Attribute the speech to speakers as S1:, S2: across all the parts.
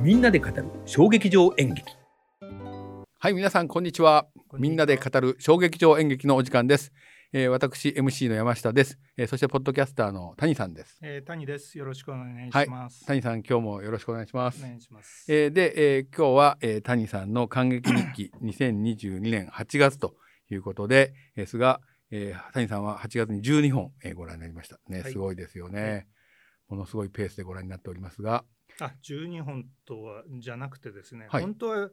S1: みんなで語る小劇場演劇
S2: はい、皆さん、こんにちは。みんなで語る小劇場演劇のお時間です。えー私、MC の山下です、えーそして、ポッドキャスターの谷さんです。
S3: えー、谷です。よろしくお願いします。
S2: 谷さん、今日もよろしくお願いします。
S3: お願いします。
S2: えーで、えー今日は、えー谷さんの感激日記 2022年8月ということで、ですが、えー谷さんは8月に12本、えーご覧になりました。ね、
S3: はい
S2: すごいですよね。
S3: はい
S2: ものすごいペースでご覧になっておりますが、
S3: あ、12本とはじゃなくてですね、
S2: はい
S3: 本当は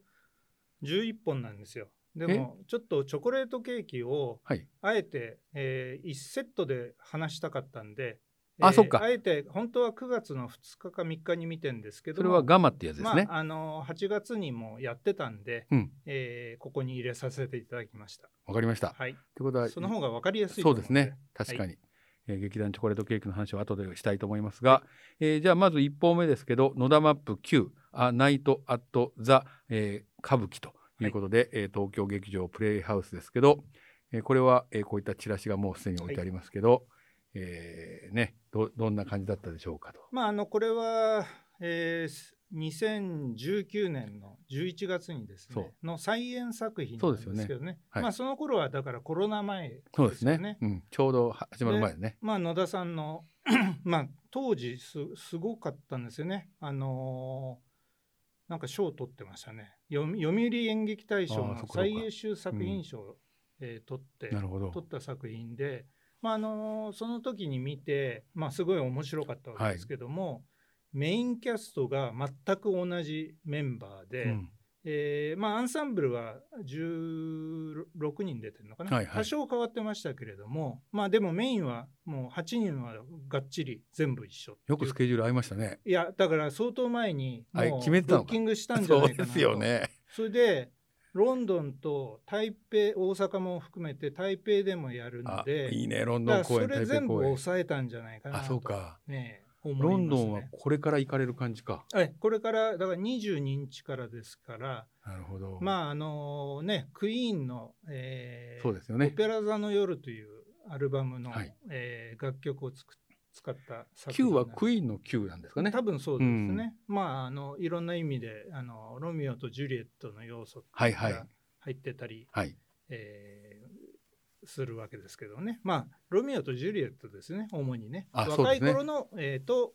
S3: 11本なんですよ。でもちょっとチョコレートケーキを
S2: はい。
S3: あえて、え1セットで話したかったんで、
S2: あ
S3: えー
S2: そっか
S3: あえて本当は9月の2日か3日に見てんですけど
S2: そ
S3: も
S2: れはガマってやつですね。
S3: まああの8月にもやってたんで、
S2: うん。
S3: えーここに入れさせていただきました。
S2: わかりました。
S3: はい、
S2: ということは、
S3: その方が分かりやすいと
S2: そう
S3: 思
S2: ですね。
S3: はい
S2: 確かに、えー劇団チョコレートケーキの話は後でしたいと思いますが、えーじゃあまず1本目ですけど、野田マップ9、あナイト・アット・ザ、えー歌舞伎ということで、えー東京劇場プレイハウスですけど、えーこれは、えーこういったチラシがもうすでに置いてありますけど、えーね、どどんな感じだったでしょうかと。
S3: まあ、あのこれは、えーす2019年の11月にです
S2: そ
S3: ねの再演作品
S2: そ
S3: な
S2: うんで
S3: で
S2: よね
S3: すすけどね
S2: はい
S3: まあ、その頃はだからコロナ前ですよね
S2: そうですねうん、ちょうど始まる前ですね。
S3: まあ、野田さんの、 まあ、当時すすごかったんですよね、あのーなんか賞を取ってましたね読み読売演劇大賞
S2: あーそっ
S3: の
S2: かそっか
S3: 最優秀作品賞を、えー取って
S2: なるほど。
S3: 撮った作品で、まああのその時に見て、まあ、すごい面白かったわけですけども、メインキャストが全く同じメンバーで、
S2: うん
S3: えーまあ、アンサンブルは16人出てるのかな、
S2: はいはい
S3: 多少変わってましたけれども、まあ、でもメインはもう8人はがっちり全部一緒っていう
S2: よくスケジュール合いましたね。
S3: いやだから相当前に
S2: あれ
S3: もう
S2: 決めてた
S3: ブ
S2: のか
S3: ッキングしたんじゃ
S2: そ
S3: な
S2: う
S3: いか
S2: で
S3: な
S2: すよね。
S3: それでロンドンと台北大阪も含めて台北でもやるの
S2: あ
S3: で
S2: いいね、ロンド
S3: だ
S2: ン
S3: から
S2: 公
S3: そ
S2: 演、
S3: れ
S2: 台北
S3: 全部
S2: 公演。
S3: 抑えたんじゃないかな
S2: あ、
S3: と
S2: そうか。
S3: ねえ思いますね
S2: ロンドンはこれから行かれる感じか。
S3: えこれからだから22日からですから、
S2: なるほど。
S3: まああのねクイーンの、えー
S2: そうですよね
S3: オペラ座の夜」というアルバムの、
S2: はい
S3: えー楽曲をつく使った作
S2: 九
S3: 品
S2: は
S3: イ
S2: クイーンの九なんですかね。
S3: 多分そうですね、まああのいろんな意味であのロミオとジュリエットの要素
S2: はいはい
S3: が入ってたり、
S2: はい。
S3: えーするわけですけどね、まあ、ロミオとジュリエットですね、主にね。
S2: あそう
S3: 若
S2: です
S3: い
S2: ね
S3: 頃の、えーと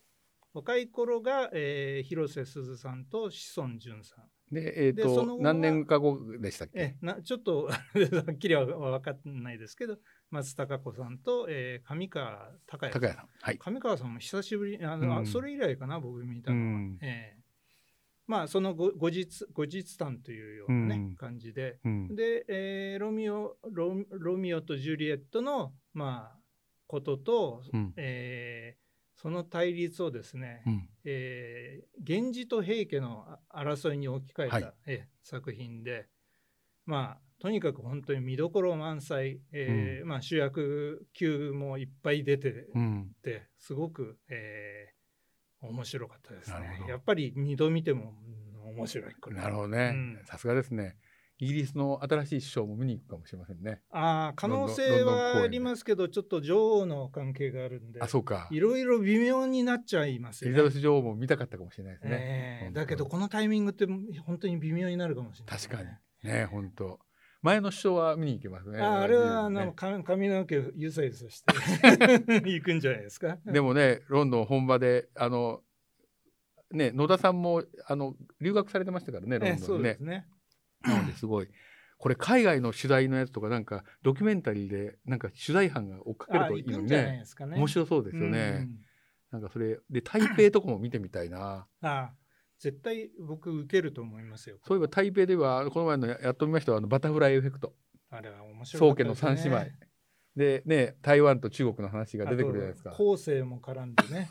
S3: 若い頃が、えー広瀬すずさんと志尊淳さん。
S2: で、えっ、
S3: でその
S2: と
S3: 後、は
S2: 何年か後でしたっけ。
S3: えなちょっとはっきりは分かんないですけど、松たか子さんと、えー上川隆也さ
S2: 高
S3: ん
S2: 谷さん。はい。
S3: 上川さんも久しぶりあの、あ
S2: うん
S3: それ以来かな僕見た
S2: う
S3: のは、
S2: ん。
S3: ええまあその後後日後日談というようなね、
S2: うん
S3: 感じで
S2: うん。
S3: で、えーロミオロミロミオとジュリエットの、まあ、ことと、
S2: うん。
S3: えーその対立をですね、
S2: うん。
S3: えー源氏と平家のあ争いに置き換えた、
S2: はい
S3: えー作品で、まあ、とにかく本当に見どころ満載、えーまあ、主役級もいっぱい出て
S2: うん。
S3: てすごく、えー面白かったです
S2: なるほ
S3: ね
S2: ど
S3: やっぱり二度見てもうん面白いこれ
S2: なるほど
S3: う
S2: ね
S3: ん。
S2: さすがですね。イギリスの新しい首相も見に行くかもしれませんね。
S3: ああ可能性はありますけどちょっと女王の関係があるんで
S2: あ、そうか。
S3: いろいろ微妙になっちゃいます
S2: エ
S3: よ
S2: リザベ
S3: ね。
S2: ス女王も見たかったかもしれないですね。
S3: え
S2: 本
S3: え
S2: 当
S3: だけどこのタイミングって本当に微妙になるかもしれない、
S2: 確かに。ね、本当。前の首相は見に行けますね。
S3: ああれはあ
S2: ね
S3: の、か髪の毛ゆさゆさして 行くんじゃないですか。
S2: でもね、ロンドン本場で、あの、ね、野田さんも、あの、留学されてましたからね、ロ
S3: ええ
S2: ンド
S3: そ
S2: ン
S3: う
S2: ね。
S3: ですね。
S2: なのですごい。これ海外の取材のやつとかなんかドキュメンタリーでなんか取材班が追っかける
S3: あ
S2: といい
S3: 行く
S2: の
S3: ん
S2: に
S3: じゃない
S2: ね
S3: ですかね。
S2: 面白そうですよ
S3: う
S2: ね、
S3: ん
S2: なんかそれで台北とかも見てみたいな
S3: ああ絶対僕受けると思いますよ。
S2: そういえば台北ではこの前のややっと見ましたよあのバタフライエフェクト
S3: あれは面白
S2: 宗
S3: い、
S2: 家の三姉妹でね台湾と中国の話が出てくるじゃないですか
S3: あと後世も絡んで ね。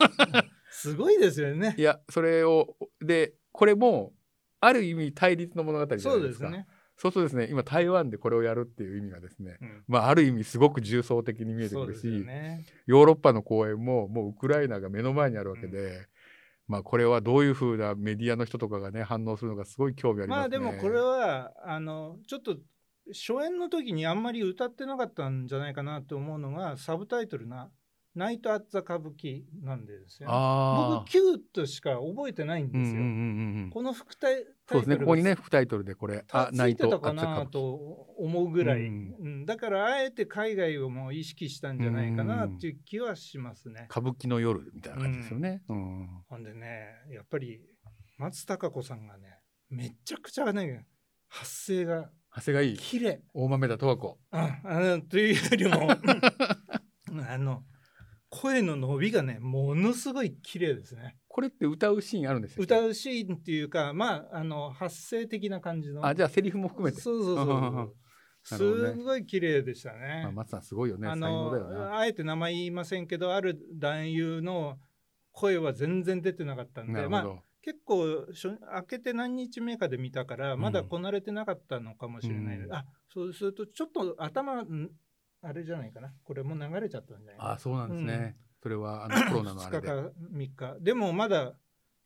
S3: すごいですよね
S2: い。やそれをでこれもある意味対立の物語じゃ
S3: そ
S2: ないうで
S3: ですす
S2: か
S3: ね。
S2: そうするとですね今台湾でこれをやるっていう意味がですね
S3: うん
S2: まあある意味すごく重層的に見えて
S3: そ
S2: く
S3: う
S2: る
S3: です
S2: し、
S3: よね。
S2: ヨーロッパの公演ももうウクライナが目の前にあるわけで、まあこれはどういうふうなメディアの人とかがね反応するのかすごい興味あり
S3: ま
S2: ます
S3: あ
S2: ね。
S3: でもこれはあのちょっと初演の時にあんまり歌ってなかったんじゃないかなと思うのがサブタイトルな「ナイト・アッザ・歌舞伎なんですよね、
S2: あ
S3: 僕、キューとしか覚えてないん
S2: ー
S3: です
S2: うんうん
S3: よ。
S2: うんうん
S3: この副タイ
S2: そうですね、
S3: タイトル
S2: こ
S3: が
S2: こにね、副タイトルでこれ、
S3: たついてたか
S2: ナイト
S3: な
S2: 熱か
S3: と思うぐら
S2: う
S3: い、うんんだからあえて海外をもう意識したんじゃないかなっていう気はしますね。
S2: 歌舞伎の夜みたいな感じですよね。うん
S3: ほんでねやっぱり松たか子さんがねめちゃくちゃね発声が
S2: 長谷がいい、
S3: 綺麗
S2: 大豆田十和子。
S3: うんあのというよりも うんあの声の伸びがねものすごい綺麗ですね。
S2: これって歌うシーンあるんですよ。
S3: 歌うシーンっていうかまああの発声的な感じの
S2: あ、じゃあセリフも含めて。
S3: そうそうそう
S2: うんうんうん
S3: そう
S2: なるほど
S3: す
S2: ね
S3: ごい綺麗でしたね。
S2: まあ、松さんすごいよね、
S3: あ
S2: 才能だよな。
S3: のあえて名前言いませんけどある男優の声は全然出てなかったん
S2: な
S3: で、
S2: るほ
S3: ま
S2: ど
S3: あ、。結構初開けて何日目かで見たからまだこなれてなかったのかもしれない、
S2: うん
S3: あそうするとちょっと頭んあれじゃないかなこれもう流れちゃったんじゃないか
S2: あそうなんですね。それはあ のコロナのあれ
S3: 2日
S2: で。
S3: か3日でもまだ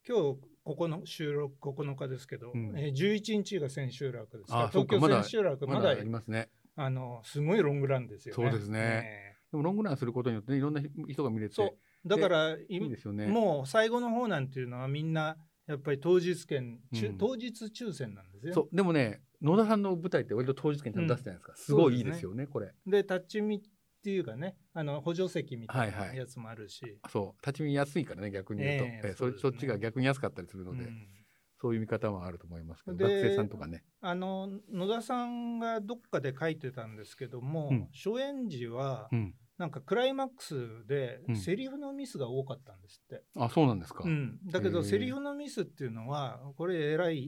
S3: 今日ここの収録9日ですけど、
S2: うん
S3: えー11日が千秋楽です
S2: あ
S3: か
S2: そう
S3: 東
S2: か
S3: 京
S2: まだ
S3: 千秋楽ま
S2: ま
S3: だ
S2: だありますね。
S3: あのすごいロングランですよね。
S2: そうですね
S3: え
S2: でもロングランすることによってね、いろんな人が見れ
S3: ー
S2: て
S3: そうだから
S2: い
S3: 今
S2: いですよね。
S3: もう最後の方なんていうのはみんなやっぱり当日券、ちゅ
S2: うん
S3: 当日抽選なんですよ。
S2: そうでもね野田さんの舞台って割と当日券ちゃんと出すじゃないですか。すごいいいですよねこれ。
S3: で立ち見っていうかねあの補助席みた
S2: は
S3: い
S2: い
S3: な
S2: はい
S3: やつもあるし、
S2: そう立ち見安いからね逆に言うと、
S3: ええ
S2: ええそれそ
S3: そう
S2: っ
S3: ですね
S2: ちが逆に安かったりするので、
S3: うん
S2: そういう見方もあると思いますけど
S3: で
S2: 学生さんとかね
S3: あの野田さんがどっかで書いてたんですけども、
S2: うん
S3: 初演時は
S2: うん
S3: なんかクライマックスで
S2: うん
S3: セリフのミスが多かったんですって、
S2: あそうなんですか、
S3: うんだけ
S2: へ
S3: ど
S2: え
S3: セリフのミスっていうのはこれえらいいい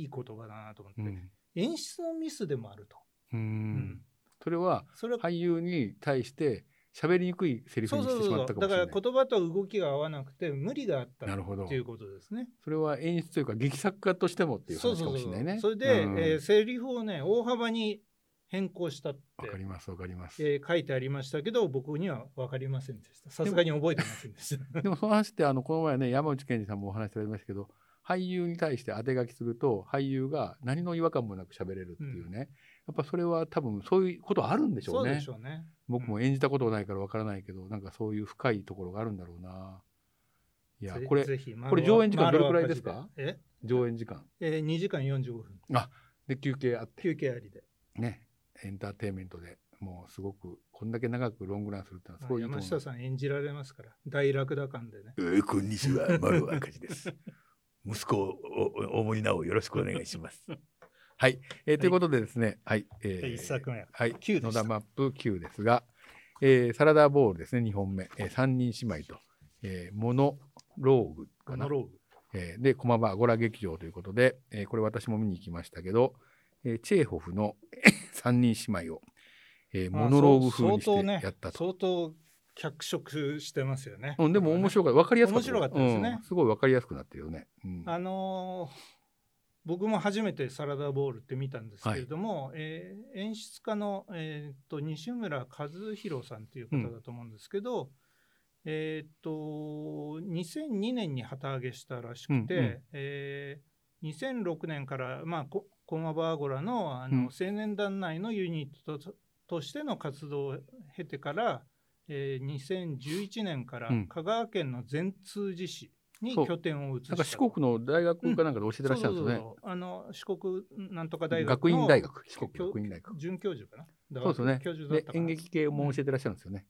S3: いい言葉だなと思って、
S2: うん
S3: 演出のミスでもあると。
S2: う
S3: うん
S2: んそれは
S3: それは
S2: 俳優に対して喋りにくいセリフ
S3: そう
S2: に
S3: そ
S2: し
S3: う
S2: てしま
S3: そ
S2: った
S3: う
S2: か
S3: だ
S2: もし
S3: か
S2: れない
S3: ら言葉と動きが合わなくて無理があった
S2: なるほど
S3: っていうことですね。
S2: それは演出というか劇作家としてもっていう
S3: そう
S2: 話
S3: そ
S2: かも
S3: う
S2: し
S3: そ
S2: れ
S3: う。
S2: ないね
S3: それで、
S2: うん
S3: えーセリフをね大幅に変更したって、
S2: わかりますわかります、
S3: えー書いてありましたけど僕には分かりませんでした。さすがに覚えてませんでした。
S2: でもその話ってあのこの前ね山内健二さんもお話しされましたけど俳優に対して当て書きすると俳優が何の違和感もなく喋れるっていうね、やっぱそれは多分そういうことある んでしょ
S3: そうう
S2: ね
S3: でしょうね。
S2: 僕も演じたことないからわからないけどなんかそういう深いところがあるんだろうないや
S3: ぜ
S2: これ
S3: ぜひ
S2: これ上演時間どれくらいですか？
S3: 丸は赤字え
S2: 上演時間
S3: えー、2時間45分
S2: で休憩あって
S3: 休憩ありで。
S2: ねエンターテインメントでもうすごくこんだけ長くロングランするってのはすごいいいと思
S3: 山
S2: う
S3: 下さん演じられますから大楽だ感でね。
S1: えーこんにちは、丸赤字 です。息子をおお思いなおよろしくお願いし ます。
S2: えーということでですね、はい、えー
S3: 一作目は
S2: はい、
S3: 9
S2: 野
S3: でした
S2: 田マップ9ですが、えーサラダボールですね、2本目、えー、3人姉妹と、えーモノローグか
S3: モ
S2: な
S3: ノ、ローグ。
S2: えーで、駒場アゴラ劇場ということで、えーこれ私も見に行きましたけど、えーチェーホフの 3人姉妹を、えーモノローグ風にしてやったと。
S3: 相当,、ね、相当脚色してますよね。
S2: うん、でも面白かった。わかりやすかった。
S3: 面白かったですね
S2: うんすごいわかりやすくなってるよね。うん、
S3: あのー僕も初めてサラダボールって見たんですけれども、えー演出家の、えーっと西村和弘さんという方だと思うんですけど、えーっと2002年に旗揚げしたらしくて、
S2: うんうん
S3: えー2006年から、まあ、こ駒場アゴラのあの、
S2: うん
S3: 青年団内のユニットととしての活動を経てから、えー2011年から
S2: うん
S3: 香川県の善通寺市に
S2: そう
S3: 拠点を移した
S2: なん
S3: と
S2: か四国の大学かなんかで教えてらっしゃるんですよね。
S3: そうそうそうあの四国なんとか大学の
S2: 学院大学。四国
S3: 教
S2: 学院大学。
S3: 准教授か
S2: そ
S3: な
S2: うですよね
S3: 教授だっ
S2: で
S3: たかな
S2: 演劇系も教えてらっしゃるんですよね。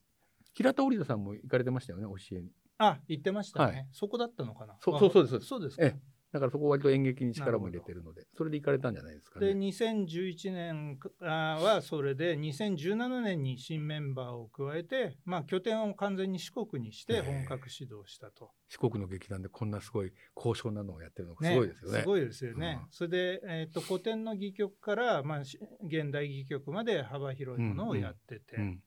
S2: 平田織田さんも行かれてましたよね、教えに。
S3: あ言ってましたね、
S2: はい
S3: そこだったのかな
S2: そうそうそうですそうです
S3: そうですか
S2: ええ、だからそこ割と演劇に力も入れてるので、それで行かれたんじゃないですか
S3: で
S2: ね。
S3: 2011年あはそれで2017年に新メンバーを加えて、まあ、拠点を完全に四国にし
S2: ええ
S3: て本格指導したと、
S2: 四国の劇団でこんなすごい高尚なのをやってるのがすごいですよね。
S3: すごいですよね。
S2: うん
S3: それで、えー、と古典の戯曲から、まあ、し現代戯曲まで幅広いものをやってて、
S2: うん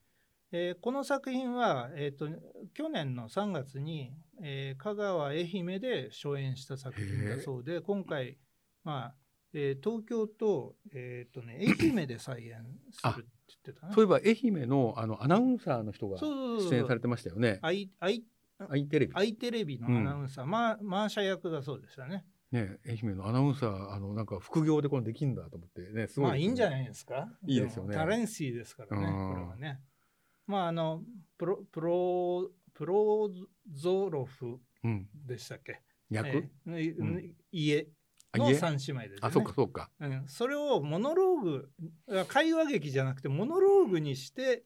S3: えーこの作品は、えー、と去年の3月に、えー香川愛媛で初演した作品だそうで今回、まあえー東京と,、えーとね、愛媛で再演するって言ってたね。
S2: そういえば愛媛のあのアナウンサーの人が
S3: そうそ
S2: 出
S3: うそう
S2: 演されてましたよね。
S3: あいあい
S2: アイテレビ。
S3: あいテレビのアナウンサー、まあマーシャ役だそうでしたね。
S2: ね、愛媛のアナウンサー、あのなんか副業でこれできんだと思ってね、すごい、
S3: まあいいんじゃ
S2: い。
S3: ないですか。
S2: いいですよね
S3: もタレンシーですからね、
S2: うん
S3: これはね。まああのプロプロプロゾロフ
S2: うん。
S3: でしたっけ、
S2: 役、
S3: ええね
S2: うん
S3: 家
S2: あ
S3: の
S2: 家
S3: 三姉妹です、ね、
S2: あ、そうか、そうか。
S3: うん、それをモノローグあ会話劇じゃなくてモノローグにして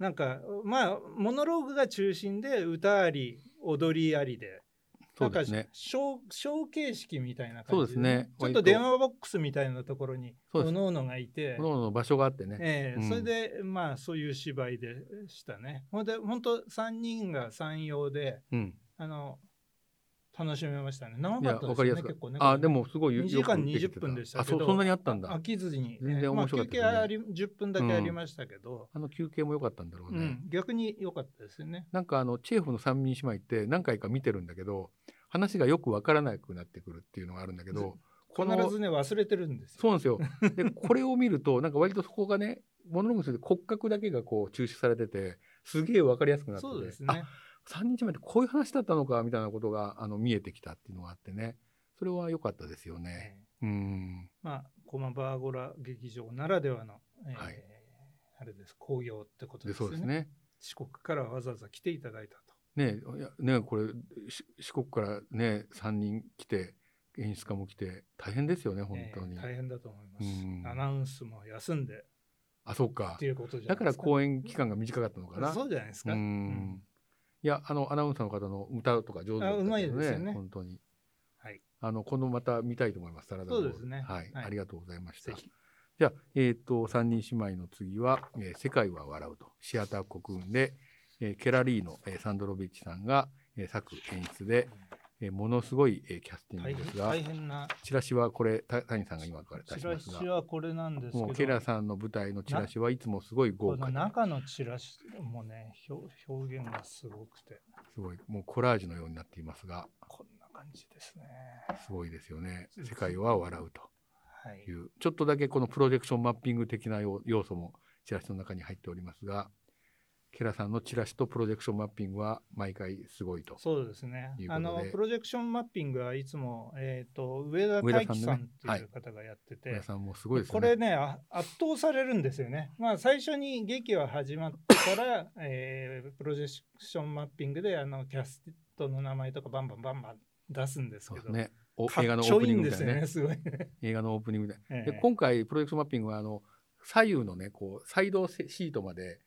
S3: なんかまあモノローグが中心で歌あり踊りありで
S2: そうです
S3: なん
S2: ね
S3: か。ショーショー形式みたいな感じ
S2: そうですね
S3: ちょっ
S2: 割
S3: と
S2: と
S3: 電話ボックスみたいなところに
S2: そうです
S3: 各々がいて
S2: 各。々の場所があってね。
S3: ええ
S2: うん
S3: それでまあそういう芝居でしたね。ほんで本当三人が三様で
S2: うん。
S3: あの楽しめましたね。長
S2: い
S3: か
S2: や、
S3: ったですね。
S2: わかりやすかっ
S3: 結構ね。
S2: た。あ、でもすごいよ
S3: 2時間
S2: よくできて
S3: 20分でした
S2: あ、
S3: けど
S2: そそんなにあったんだ
S3: 飽。きずに、
S2: 全然面白かったですね
S3: まあ、休憩あり10分だけありましたけど、
S2: あの休憩も良かったんだろう
S3: うん
S2: ね。
S3: 逆に良かったですよね。
S2: なんかあのチェーフの三人姉妹って何回か見てるんだけど話がよくわからなくなってくるっていうのがあるんだけどこの
S3: 必ずね忘れてるんです
S2: そう
S3: よ。
S2: なんですよでこれを見るとなんか割とそこがねモノローグにすると骨格だけがこう抽出されててすげえわかりやすくなって
S3: そう
S2: て、
S3: です
S2: あ
S3: ね。
S2: 三人姉妹ってこういう話だったのかみたいなことがあの見えてきたっていうのがあってねそれは良かったですよね。
S3: ええ
S2: うん
S3: まあ駒場アゴラ劇場ならではの、えー
S2: はい
S3: あれです興行ってこと
S2: で
S3: です
S2: そうで
S3: よね
S2: すね。
S3: 四国からわざわざ来ていただいたと。
S2: ねいやねこれし四国からね三人来て演出家も来て大変ですよね本当に。
S3: えー大変だと思います
S2: うん。
S3: アナウンスも休んでっ
S2: あそうか
S3: ていうことじ
S2: だ
S3: ゃない
S2: か
S3: で
S2: ら
S3: すか。
S2: 公演期間が短かったのかな。
S3: そうじゃないですか。
S2: う
S3: うん
S2: ん。いや、あの、アナウンサーの方の歌うとか上手だった
S3: あうまいですよね
S2: 本当に。
S3: はい。
S2: あの、今度また見たいと思います。サラダボウル
S3: そうですね
S2: はい。
S3: はい
S2: ありがとうございました
S3: ぜ。ひ
S2: じゃあ、えっ、と、三人姉妹の次は、えー世界は笑うと、シアター国運で、えーケラリーの、えーサンドロビッチさんが、えー作演出で、えーものすごい、えーキャスティン
S3: 大
S2: グです
S3: 変
S2: が
S3: 大、変な
S2: チラシはこれ、た谷さんが今から出
S3: チ
S2: しま
S3: ラ
S2: す
S3: シ
S2: が、
S3: はこれなんですけ
S2: もう
S3: ど。
S2: ケラさんの舞台のチラシはいつもすごい豪
S3: こ
S2: 華
S3: の
S2: で
S3: 中のチラシもね表表現がすごくて
S2: すごい、もうコラージュのようになっていますが、
S3: こんな感じですね。
S2: すごいですよね。
S3: うん
S2: 世界は笑うと
S3: はい
S2: い。う、ちょっとだけこのプロジェクションマッピング的な要要素もチラシの中に入っておりますが、ケラさんのチラシとプロジェクションマッピングは毎回すごいと。
S3: そうですね
S2: ということで
S3: あのプロジェクションマッピングはいつも、えー、と上田
S2: 上田
S3: 大
S2: さんね
S3: 樹さんっていう方がやってて、
S2: 皆さんもすごいです
S3: こ
S2: よ
S3: れ
S2: ね。
S3: ねあ圧倒されるんですよね。まあ、最初に劇は始まってから、えープロジェクションマッピングであのキャストの名前とかバンバンバンバン出すんです
S2: そう
S3: け
S2: です
S3: ど、
S2: ね。お
S3: か
S2: 映画
S3: っ
S2: のオ
S3: ち
S2: ー
S3: ょ
S2: プ
S3: い
S2: ニ
S3: い
S2: ン
S3: ん
S2: グみたい
S3: です
S2: な
S3: よ
S2: ね
S3: ねすごいね。
S2: 映画のオープニングみたいな。
S3: え
S2: で
S3: え
S2: 今回プロジェクションマッピングはあの左右のねこうサイドシートまで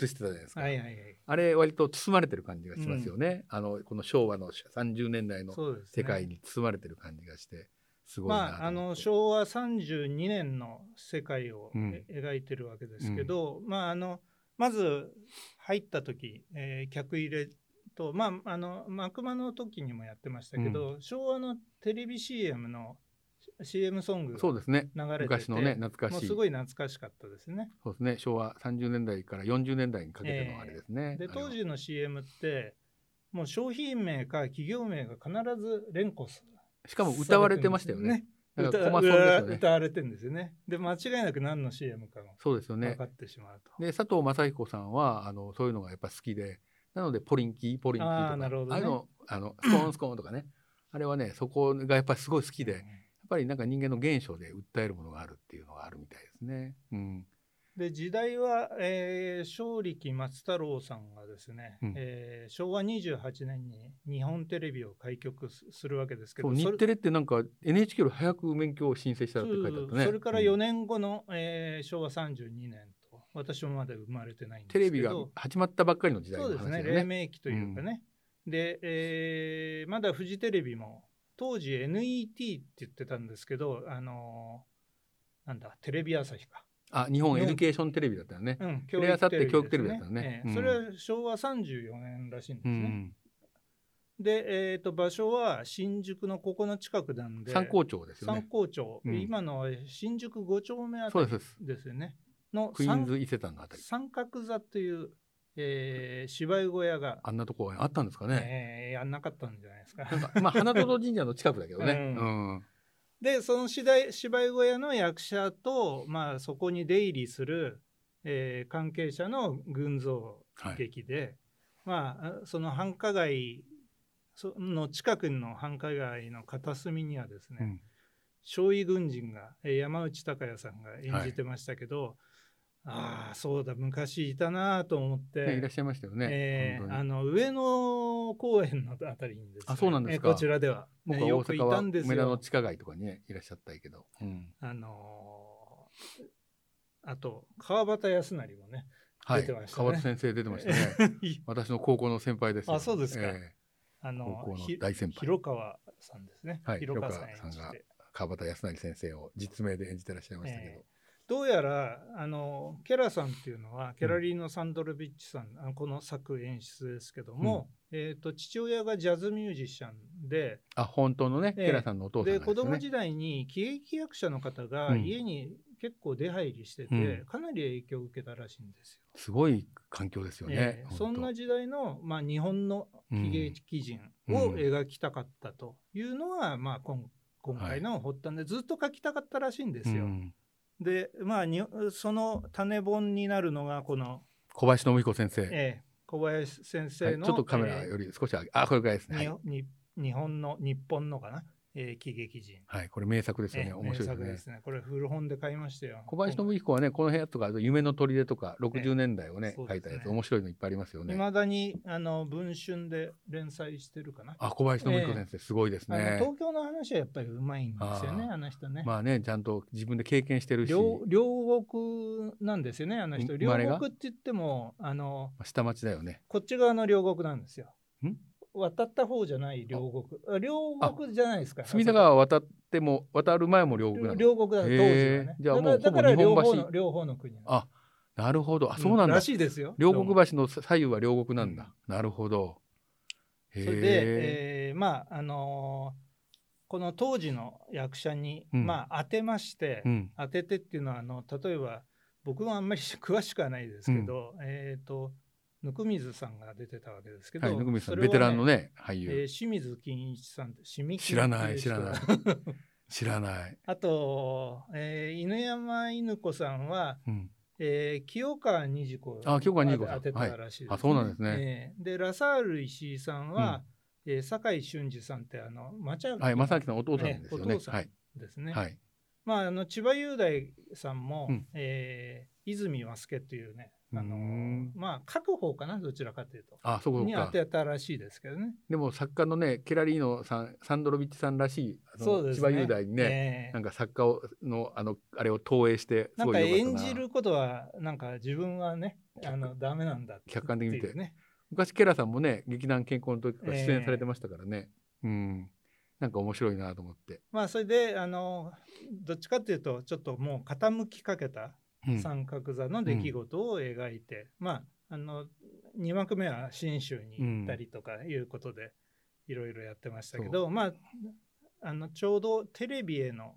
S2: 映してたじゃないですか。
S3: はいはいはい、
S2: あれ割と包まれてる感じがしますよね。あのこの昭和の30年代の
S3: そうですね
S2: 世界に包まれてる感じがしてすごいなと思って
S3: まあ、あの昭和32年の世界を
S2: うん
S3: え描いてるわけですけど、まあ、あのまず入った時、えー客入れと、まあ、あの幕間の時にもやってましたけど、昭和のテレビ CM の CM ソング
S2: そう
S3: が
S2: ですね
S3: 流れてて
S2: 昔のね懐
S3: も
S2: か
S3: う
S2: しい
S3: すごい懐かしかったですね。
S2: そうですね昭和30年代から40年代にかけてのあれですね、
S3: で
S2: あれは
S3: 当時の CM ってもう商品名か企業名が必ず連呼する。
S2: しかも歌われてましたよね。なんか
S3: 歌
S2: コマソンですよね
S3: 歌われてるんですよね。で間違いなく何の CM かも
S2: そうですよ
S3: 分
S2: ね
S3: かってしまうと。
S2: で佐藤正彦さんはあのそういうのがやっぱ好きでなのでポリンキーポリンキーとか
S3: あーなるほど
S2: あ
S3: ね
S2: あいうのあのスコーンスコーンと かねあれはねそこがやっぱりすごい好きでやっぱりなんか人間の現象で訴えるものがあるっていうのがあるみたいですね。うん、
S3: で時代は、えー、正力松太郎さんがですね、
S2: うん
S3: えー昭和28年に日本テレビを開局すするわけですけ
S2: そ
S3: ど
S2: う
S3: そ
S2: 日
S3: れ
S2: テレってなんか NHK より早く免許を申請したって書いてあった
S3: そう
S2: ね。
S3: それから
S2: うん
S3: 4年後の、えー昭和32年と私もまだ生まれてないんです
S2: テ
S3: けど
S2: レビが始まったばっかりの時代
S3: そう
S2: の
S3: で
S2: 話
S3: す
S2: だ
S3: ね
S2: よ
S3: 黎
S2: ね。
S3: 明期というかね、で、えーまだフジテレビも当時 NET って言ってたんですけどあのーなんだテレビ朝日か
S2: あ、日本
S3: 日
S2: エ
S3: 本
S2: デュケーションテレビだったよね。
S3: うん、
S2: テレ朝って教育テレビだ
S3: で
S2: っ
S3: す
S2: たのね
S3: ええ
S2: うん
S3: それは昭和34年らしいんです
S2: う
S3: ね。
S2: ん。
S3: で、えーと、場所は新宿のここの近くなんで、
S2: 参考庁ですよ
S3: 三
S2: ね。
S3: 光町、
S2: うん
S3: 今の新宿5丁目あ
S2: そ
S3: た
S2: うで
S3: り
S2: すそうです。
S3: ですよね。の
S2: クイーンズ伊勢丹のあたり。
S3: 三三角座という、えー芝居小屋が、
S2: あんなとこあったんですかね。
S3: えーやんなかったんじゃないで すか。
S2: なんかまあ花園神社の近くだけどね。
S3: う
S2: うん。
S3: でその次第芝居小屋の役者と、まあ、そこに出入りする、えー関係者の群像
S2: はい。
S3: 劇で、まああその繁華街その近くの繁華街の片隅にはですね、
S2: うん
S3: 将棋軍人がえー山内孝也さんが演じてましたけど、ああそうだ昔いたなと思って、
S2: ねいらっしゃいましたよね。
S3: え
S2: 本
S3: ー
S2: 当に
S3: あの上野公園のあたりにです、ね、
S2: あそうなんですか
S3: えーこちらでは、
S2: 僕
S3: えー
S2: は
S3: よ
S2: 大
S3: くい
S2: 阪
S3: た
S2: は
S3: んで
S2: 梅
S3: す
S2: 田の
S3: よ。
S2: 地下街とかにねいらっしゃったけど、うん
S3: あのーあと川端康成 もね、
S2: はい、
S3: 出てましたね
S2: 川端先生出てました ね
S3: い
S2: 私の高校の先輩ですよ
S3: あそうですか
S2: え
S3: あ
S2: え
S3: の
S2: 高校
S3: ひ
S2: の大先輩
S3: 広川さんですね。
S2: はい
S3: 広川さん演
S2: 広川
S3: じ
S2: さんが
S3: て、
S2: 川端康成先生を実名で演じてらっしゃいましたけど、
S3: えどうやらあのケラさんっていうのはケラリーノ・サンドロビッチさん、あのこの作演出ですけども、えーと父親がジャズミュージシャンで。
S2: あ本当のね、
S3: ええ
S2: 寺さんのお父さん
S3: で
S2: が
S3: 子
S2: すよ
S3: 供
S2: ね
S3: 時代に喜劇役者の方が
S2: うん
S3: 家に結構出入りしてて、
S2: うん
S3: かなり影響を受けたらしいんです
S2: すごい環境ですよ
S3: よ。
S2: ね
S3: ええ、
S2: 本当
S3: そんな時代の、まあ、日本の喜劇人
S2: う
S3: を
S2: ん
S3: 描きたかったというのは、まあ、今今回の発端でずっと描きたかったらしいんですよ。
S2: うん
S3: で、まあ、にその種本になるのがこの、
S2: 小林信彦先生、
S3: ええ小林先
S2: は
S3: 生
S2: い
S3: の、
S2: ちょっとカメラ
S3: え
S2: より少し上げ、あこれぐらいです
S3: え
S2: ね、はい
S3: にに日本の日本のかな、ええ喜劇人。
S2: はいこれ名作ですよね、
S3: ええ
S2: 面白いです
S3: 名作
S2: ね
S3: ですね。これ古本で買いましたよ。
S2: 小林信彦はねこの部屋とか「夢の砦」とか60年代をね、
S3: そう
S2: 書
S3: で
S2: い
S3: す
S2: た
S3: ね
S2: やつ面白いのいっぱいありますよね
S3: いまだにあの文春で連載してるかな。
S2: あ小林信彦先生、すごいです
S3: あの
S2: ね。
S3: 東京の話はやっぱりうまいんですよね、
S2: あー
S3: あの人ね。
S2: まあねちゃんと自分で経験してるし、
S3: 両両国なんですよね、あの人。
S2: 生
S3: 両
S2: まれ
S3: 国
S2: が
S3: って言ってもあの、
S2: 下町だよね。
S3: こっち側の両国なんですよ
S2: ん。
S3: 渡った方じゃない両国。あ両国じゃないですか。
S2: 隅田川渡っても渡る前も両国なの。
S3: 両国だ、当時は
S2: へ
S3: ね
S2: ー。じゃあ
S3: だから
S2: もうほぼ
S3: だか
S2: 日本橋
S3: ら両方の両方の国なの
S2: あなるほど。あそうなん
S3: うん
S2: だ。
S3: らしいですよ。
S2: 両国橋の左右は両国なんだ。なるほど。へえ。
S3: それで、えーまああのーこの当時の役者に、
S2: うん
S3: まあ、当てまして、
S2: うん
S3: 当ててっていうのはあの例えば僕はあんまり詳しくはないですけど、えっ、と温水さんが出てたわけですけど、
S2: はい、ぬくみさ
S3: そ
S2: ん、
S3: れは
S2: ベテランの、ね、俳
S3: え
S2: 優。
S3: ー清水金一さんって清水
S2: 知らない 知らない知らない。
S3: あと、えー犬山犬子さんは、
S2: うん。
S3: えー清川二次子
S2: あ清川二次子さん
S3: 当てたらしいです、
S2: はいあそうなんです
S3: ね、えーでラサール石井さんは、えー酒井俊二さんってあの町明
S2: はい、正明さんお父さんですよ
S3: ええ
S2: ね。
S3: お父さん
S2: はい。
S3: ですね、
S2: はい。
S3: まあ、あの千葉雄大さんも、
S2: うん
S3: えー泉和助っていうねあの
S2: うーん
S3: まあ書く方かなどちらかというと
S2: あ、そう
S3: に当
S2: か。
S3: てたらしいですけどね。
S2: でも作家のね、ケラリーノさん、サンドロビッチさんらしい、あの
S3: そうです
S2: 千葉雄大にね、
S3: ねえ
S2: なんか作家をのあのあれを投影してす
S3: なん
S2: ご
S3: か
S2: い良か
S3: 演
S2: ったな
S3: じることはなんか自分はねあのダメなんだっていう
S2: 客観的に見て
S3: ね。
S2: 昔ケラさんもね劇団健康の時から出演されてましたからね、うんなんか面白いなと思って、
S3: まあそれであのどっちかというとちょっともう傾きかけた
S2: うん
S3: 三角座の出来事を描いて、まああの2幕目は信州に行ったりとかいうことでいろいろやってましたけど、まああのちょうどテレビへの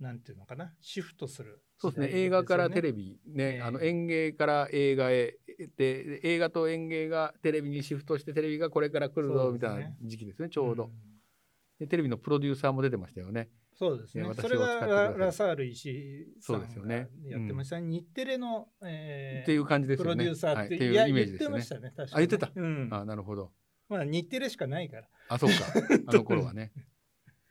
S3: なんていうのかなシフトする
S2: そうですね映画からテ
S3: ビ
S2: レビね、
S3: ええ
S2: あの演芸から映画へで映画と演芸がテレビにシフトしてテレビがこれから来る
S3: そ
S2: ぞ
S3: う
S2: み
S3: です
S2: た
S3: ね
S2: いな時期ですねちょうど、
S3: ん
S2: でテレビのプロデューサーも出てましたよね
S3: そうです
S2: い
S3: ね
S2: や私
S3: それ
S2: を使って
S3: が
S2: ください
S3: ララサール石井さ
S2: そ
S3: ん
S2: う
S3: が
S2: ですよね
S3: やってました、日テレの、えー
S2: っていう感じです
S3: プ
S2: よ
S3: ロ
S2: ね
S3: デューサーって,、
S2: はい、って
S3: い
S2: いう
S3: や
S2: イメー
S3: 言
S2: ジ
S3: っ
S2: です
S3: て
S2: よ
S3: まし
S2: ね
S3: たね確かに
S2: あ言ってた
S3: うん
S2: あなるほど
S3: まあ、日テレしかないから
S2: あ そうかあの頃はね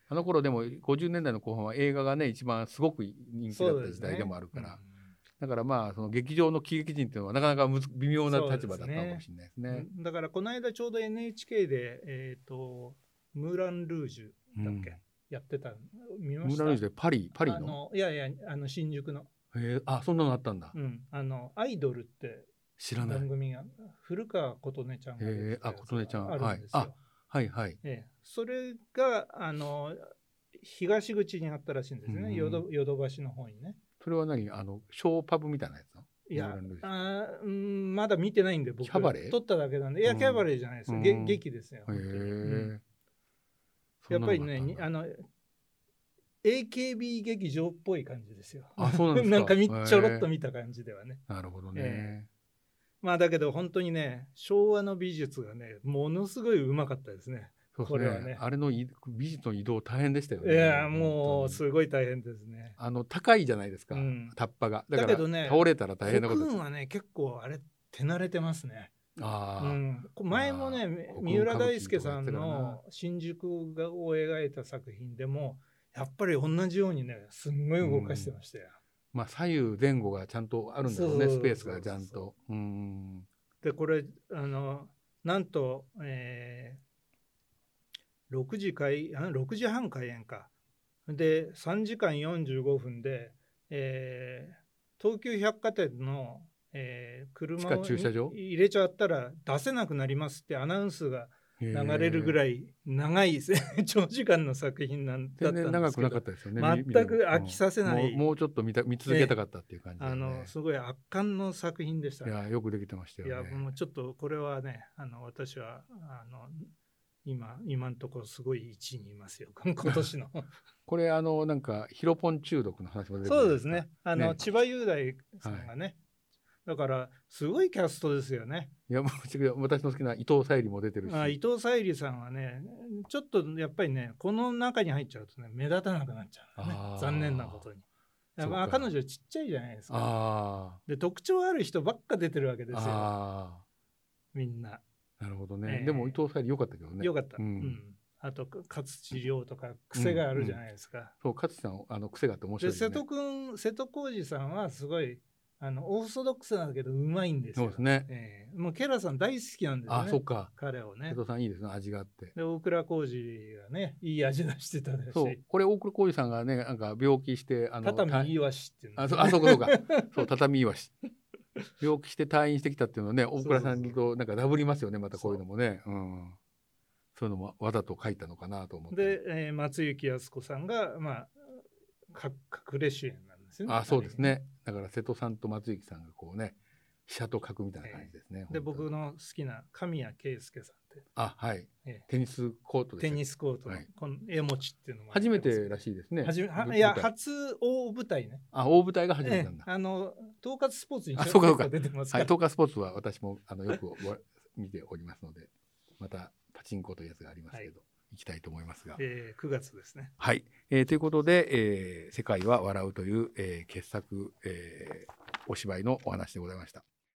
S2: あの頃でも50年代の後半は映画がね一番すごく人気だった時代でもあるから、
S3: そうですねう
S2: だ
S3: ん
S2: からまあその劇場の喜劇人っていうのはなかなかむず微妙な立場だったのかもしれないですね。
S3: うんだからこの間ちょうど NHK で、えーと「ムーラン・ルージュ
S2: うん」
S3: だっけ、やってたの見
S2: ム
S3: まし
S2: ー
S3: た
S2: ランルージュでパリパリ
S3: あ
S2: の
S3: のいやいやあの新宿の,、
S2: へえあそんなのあったんだ、
S3: うん、あのアイドルって
S2: 知らない
S3: 番組が古川琴音ちゃんが出てたやつ
S2: へーあ琴音ちゃん
S3: あるんですよ、
S2: はいはいはい
S3: ええそれがあの東口にあったらしいんです
S2: う
S3: ね
S2: ん
S3: ヨドヨドバシの方にね
S2: それは何あのショーパブみたいなやつの
S3: いや
S2: ムーランルージュ
S3: あーうんまだ見てないんで僕
S2: キャバレー
S3: 撮っただけなんでいや
S2: うん
S3: キャバレーじゃないですよ、げ
S2: うん
S3: 劇ですよ、
S2: へえ、
S3: うん
S2: そ
S3: や
S2: んなのがあ
S3: っぱ
S2: た
S3: り
S2: んだ
S3: ね、にあの AKB 劇場っぽい感じですよ。
S2: あそうなんですか
S3: なんかみ
S2: へえ
S3: ちょろっと見た感じではね。
S2: なるほどね、
S3: えまあだけど本当にね、昭和の美術がね、ものすごいうまかったですね。
S2: そうです
S3: これはね
S2: ねあれのい美術の移動大変でしたよ
S3: い
S2: ね
S3: やー、もう
S2: 本当に
S3: すごい大変ですね。
S2: あの高いじゃないですか、
S3: うん
S2: タッパがだ
S3: だ
S2: から
S3: けどね
S2: 倒れたら大変なこと
S3: コ
S2: で
S3: クー
S2: す
S3: ンはね、結構あれ、手慣れてますね。
S2: あ
S3: う
S2: あ、
S3: ん、こ前もね、
S2: コクーン
S3: 三浦大輔さん
S2: 歌舞伎とかやってたかな
S3: の新宿がを描いた作品でも、やっぱり同じようにね、すんごい動かしてましたよ。
S2: まあ、左右前後がちゃんとあるんだろうね
S3: そう
S2: スペースがちゃんと。うん
S3: でこれあのなんと、えー、6時開あ6時半開演かで3時間45分で、えー東急百貨店の、えー車
S2: 地
S3: を
S2: 下駐車場
S3: に入れちゃったら出せなくなりますってアナウンスが
S2: 流
S3: 流れるぐ
S2: い
S3: らい長い ですね長時間の作品なんだった
S2: 全然
S3: んですけど
S2: 長くなかったですよね。
S3: 全
S2: み見ても
S3: く飽きさせない
S2: うんもうもうちょっと見た見続けたかったっていう感じで、ね
S3: あのすごい圧巻の作品でしたね
S2: いやよくできてました
S3: いや
S2: よね。
S3: もうちょっとこれはねあの私はあの今今のところすごい位置にいますよ今 年の
S2: これあのなんかヒロポン中毒の話も出てくる
S3: そうですねあの
S2: ね
S3: 千葉雄大さんがね、だからすごいキャストですよね
S2: いやもう違う私の好きな伊藤沙莉も出てるし、
S3: あ伊藤沙莉さんはねちょっとやっぱりねこの中に入っちゃうとね目立たなくなっちゃうのね
S2: あー
S3: 残念なことに。
S2: そうか
S3: まあ、彼女ちっちゃいじゃないですか
S2: あ
S3: で特徴ある人ばっか出てるわけで
S2: ー
S3: すよ
S2: あ
S3: みんな
S2: ーなるほどね、
S3: ええ
S2: でも伊藤沙莉良かったけどね
S3: よかった、
S2: う
S3: うんんあと勝地涼とか癖があるじゃないですか、
S2: そう勝さんあの癖があって面白いです
S3: で瀬
S2: ね
S3: 戸君瀬戸康史さんはすごいあのオーソドックスなんだけどうまいんです
S2: そ
S3: よ
S2: うですね
S3: ええもうケラさん大好きなんですよ
S2: あ
S3: ね
S2: そっか
S3: 彼をね
S2: 瀬戸さんいいですね味があって
S3: で大倉浩二がねいい味出してたでし
S2: そうこれ大倉浩二さんがねなんか病気してあの
S3: 畳い
S2: 退
S3: わしっていうの
S2: あそうあそうかそうかそう畳いわし病気して退院してきたっていうのはね大倉さんに
S3: そう
S2: となんかダブりますよねまたこういうのもねうんそういうのもわざと書いたのかなと思って
S3: で、えー松雪靖子さんがまあか隠れ主演なんですよね
S2: あそうですねだから瀬戸さんと松雪さんがこうね飛車と角みたいな感じですね、
S3: で
S2: 本当
S3: 僕の好きな神谷圭介さんって
S2: あはい、
S3: ええ
S2: テニスコートで
S3: テ
S2: す
S3: ニスコートの
S2: はい
S3: この絵持ちっていうのも
S2: 初めてらしいですね
S3: はじめはいいや初大舞台ね
S2: あ大舞台が初めてなんだ、
S3: ええあの統括スポーツに
S2: あそうかそうか
S3: 結構出てますか
S2: は
S3: ら
S2: い、東海スポーツは私もあのよくわ見ておりますので、またパチンコというやつがありますけど、行きたいと思いますが。
S3: えー、9月ですね。
S2: はい、えーということで、えー世界は笑うという、えー傑作、えーお芝居のお話でございました。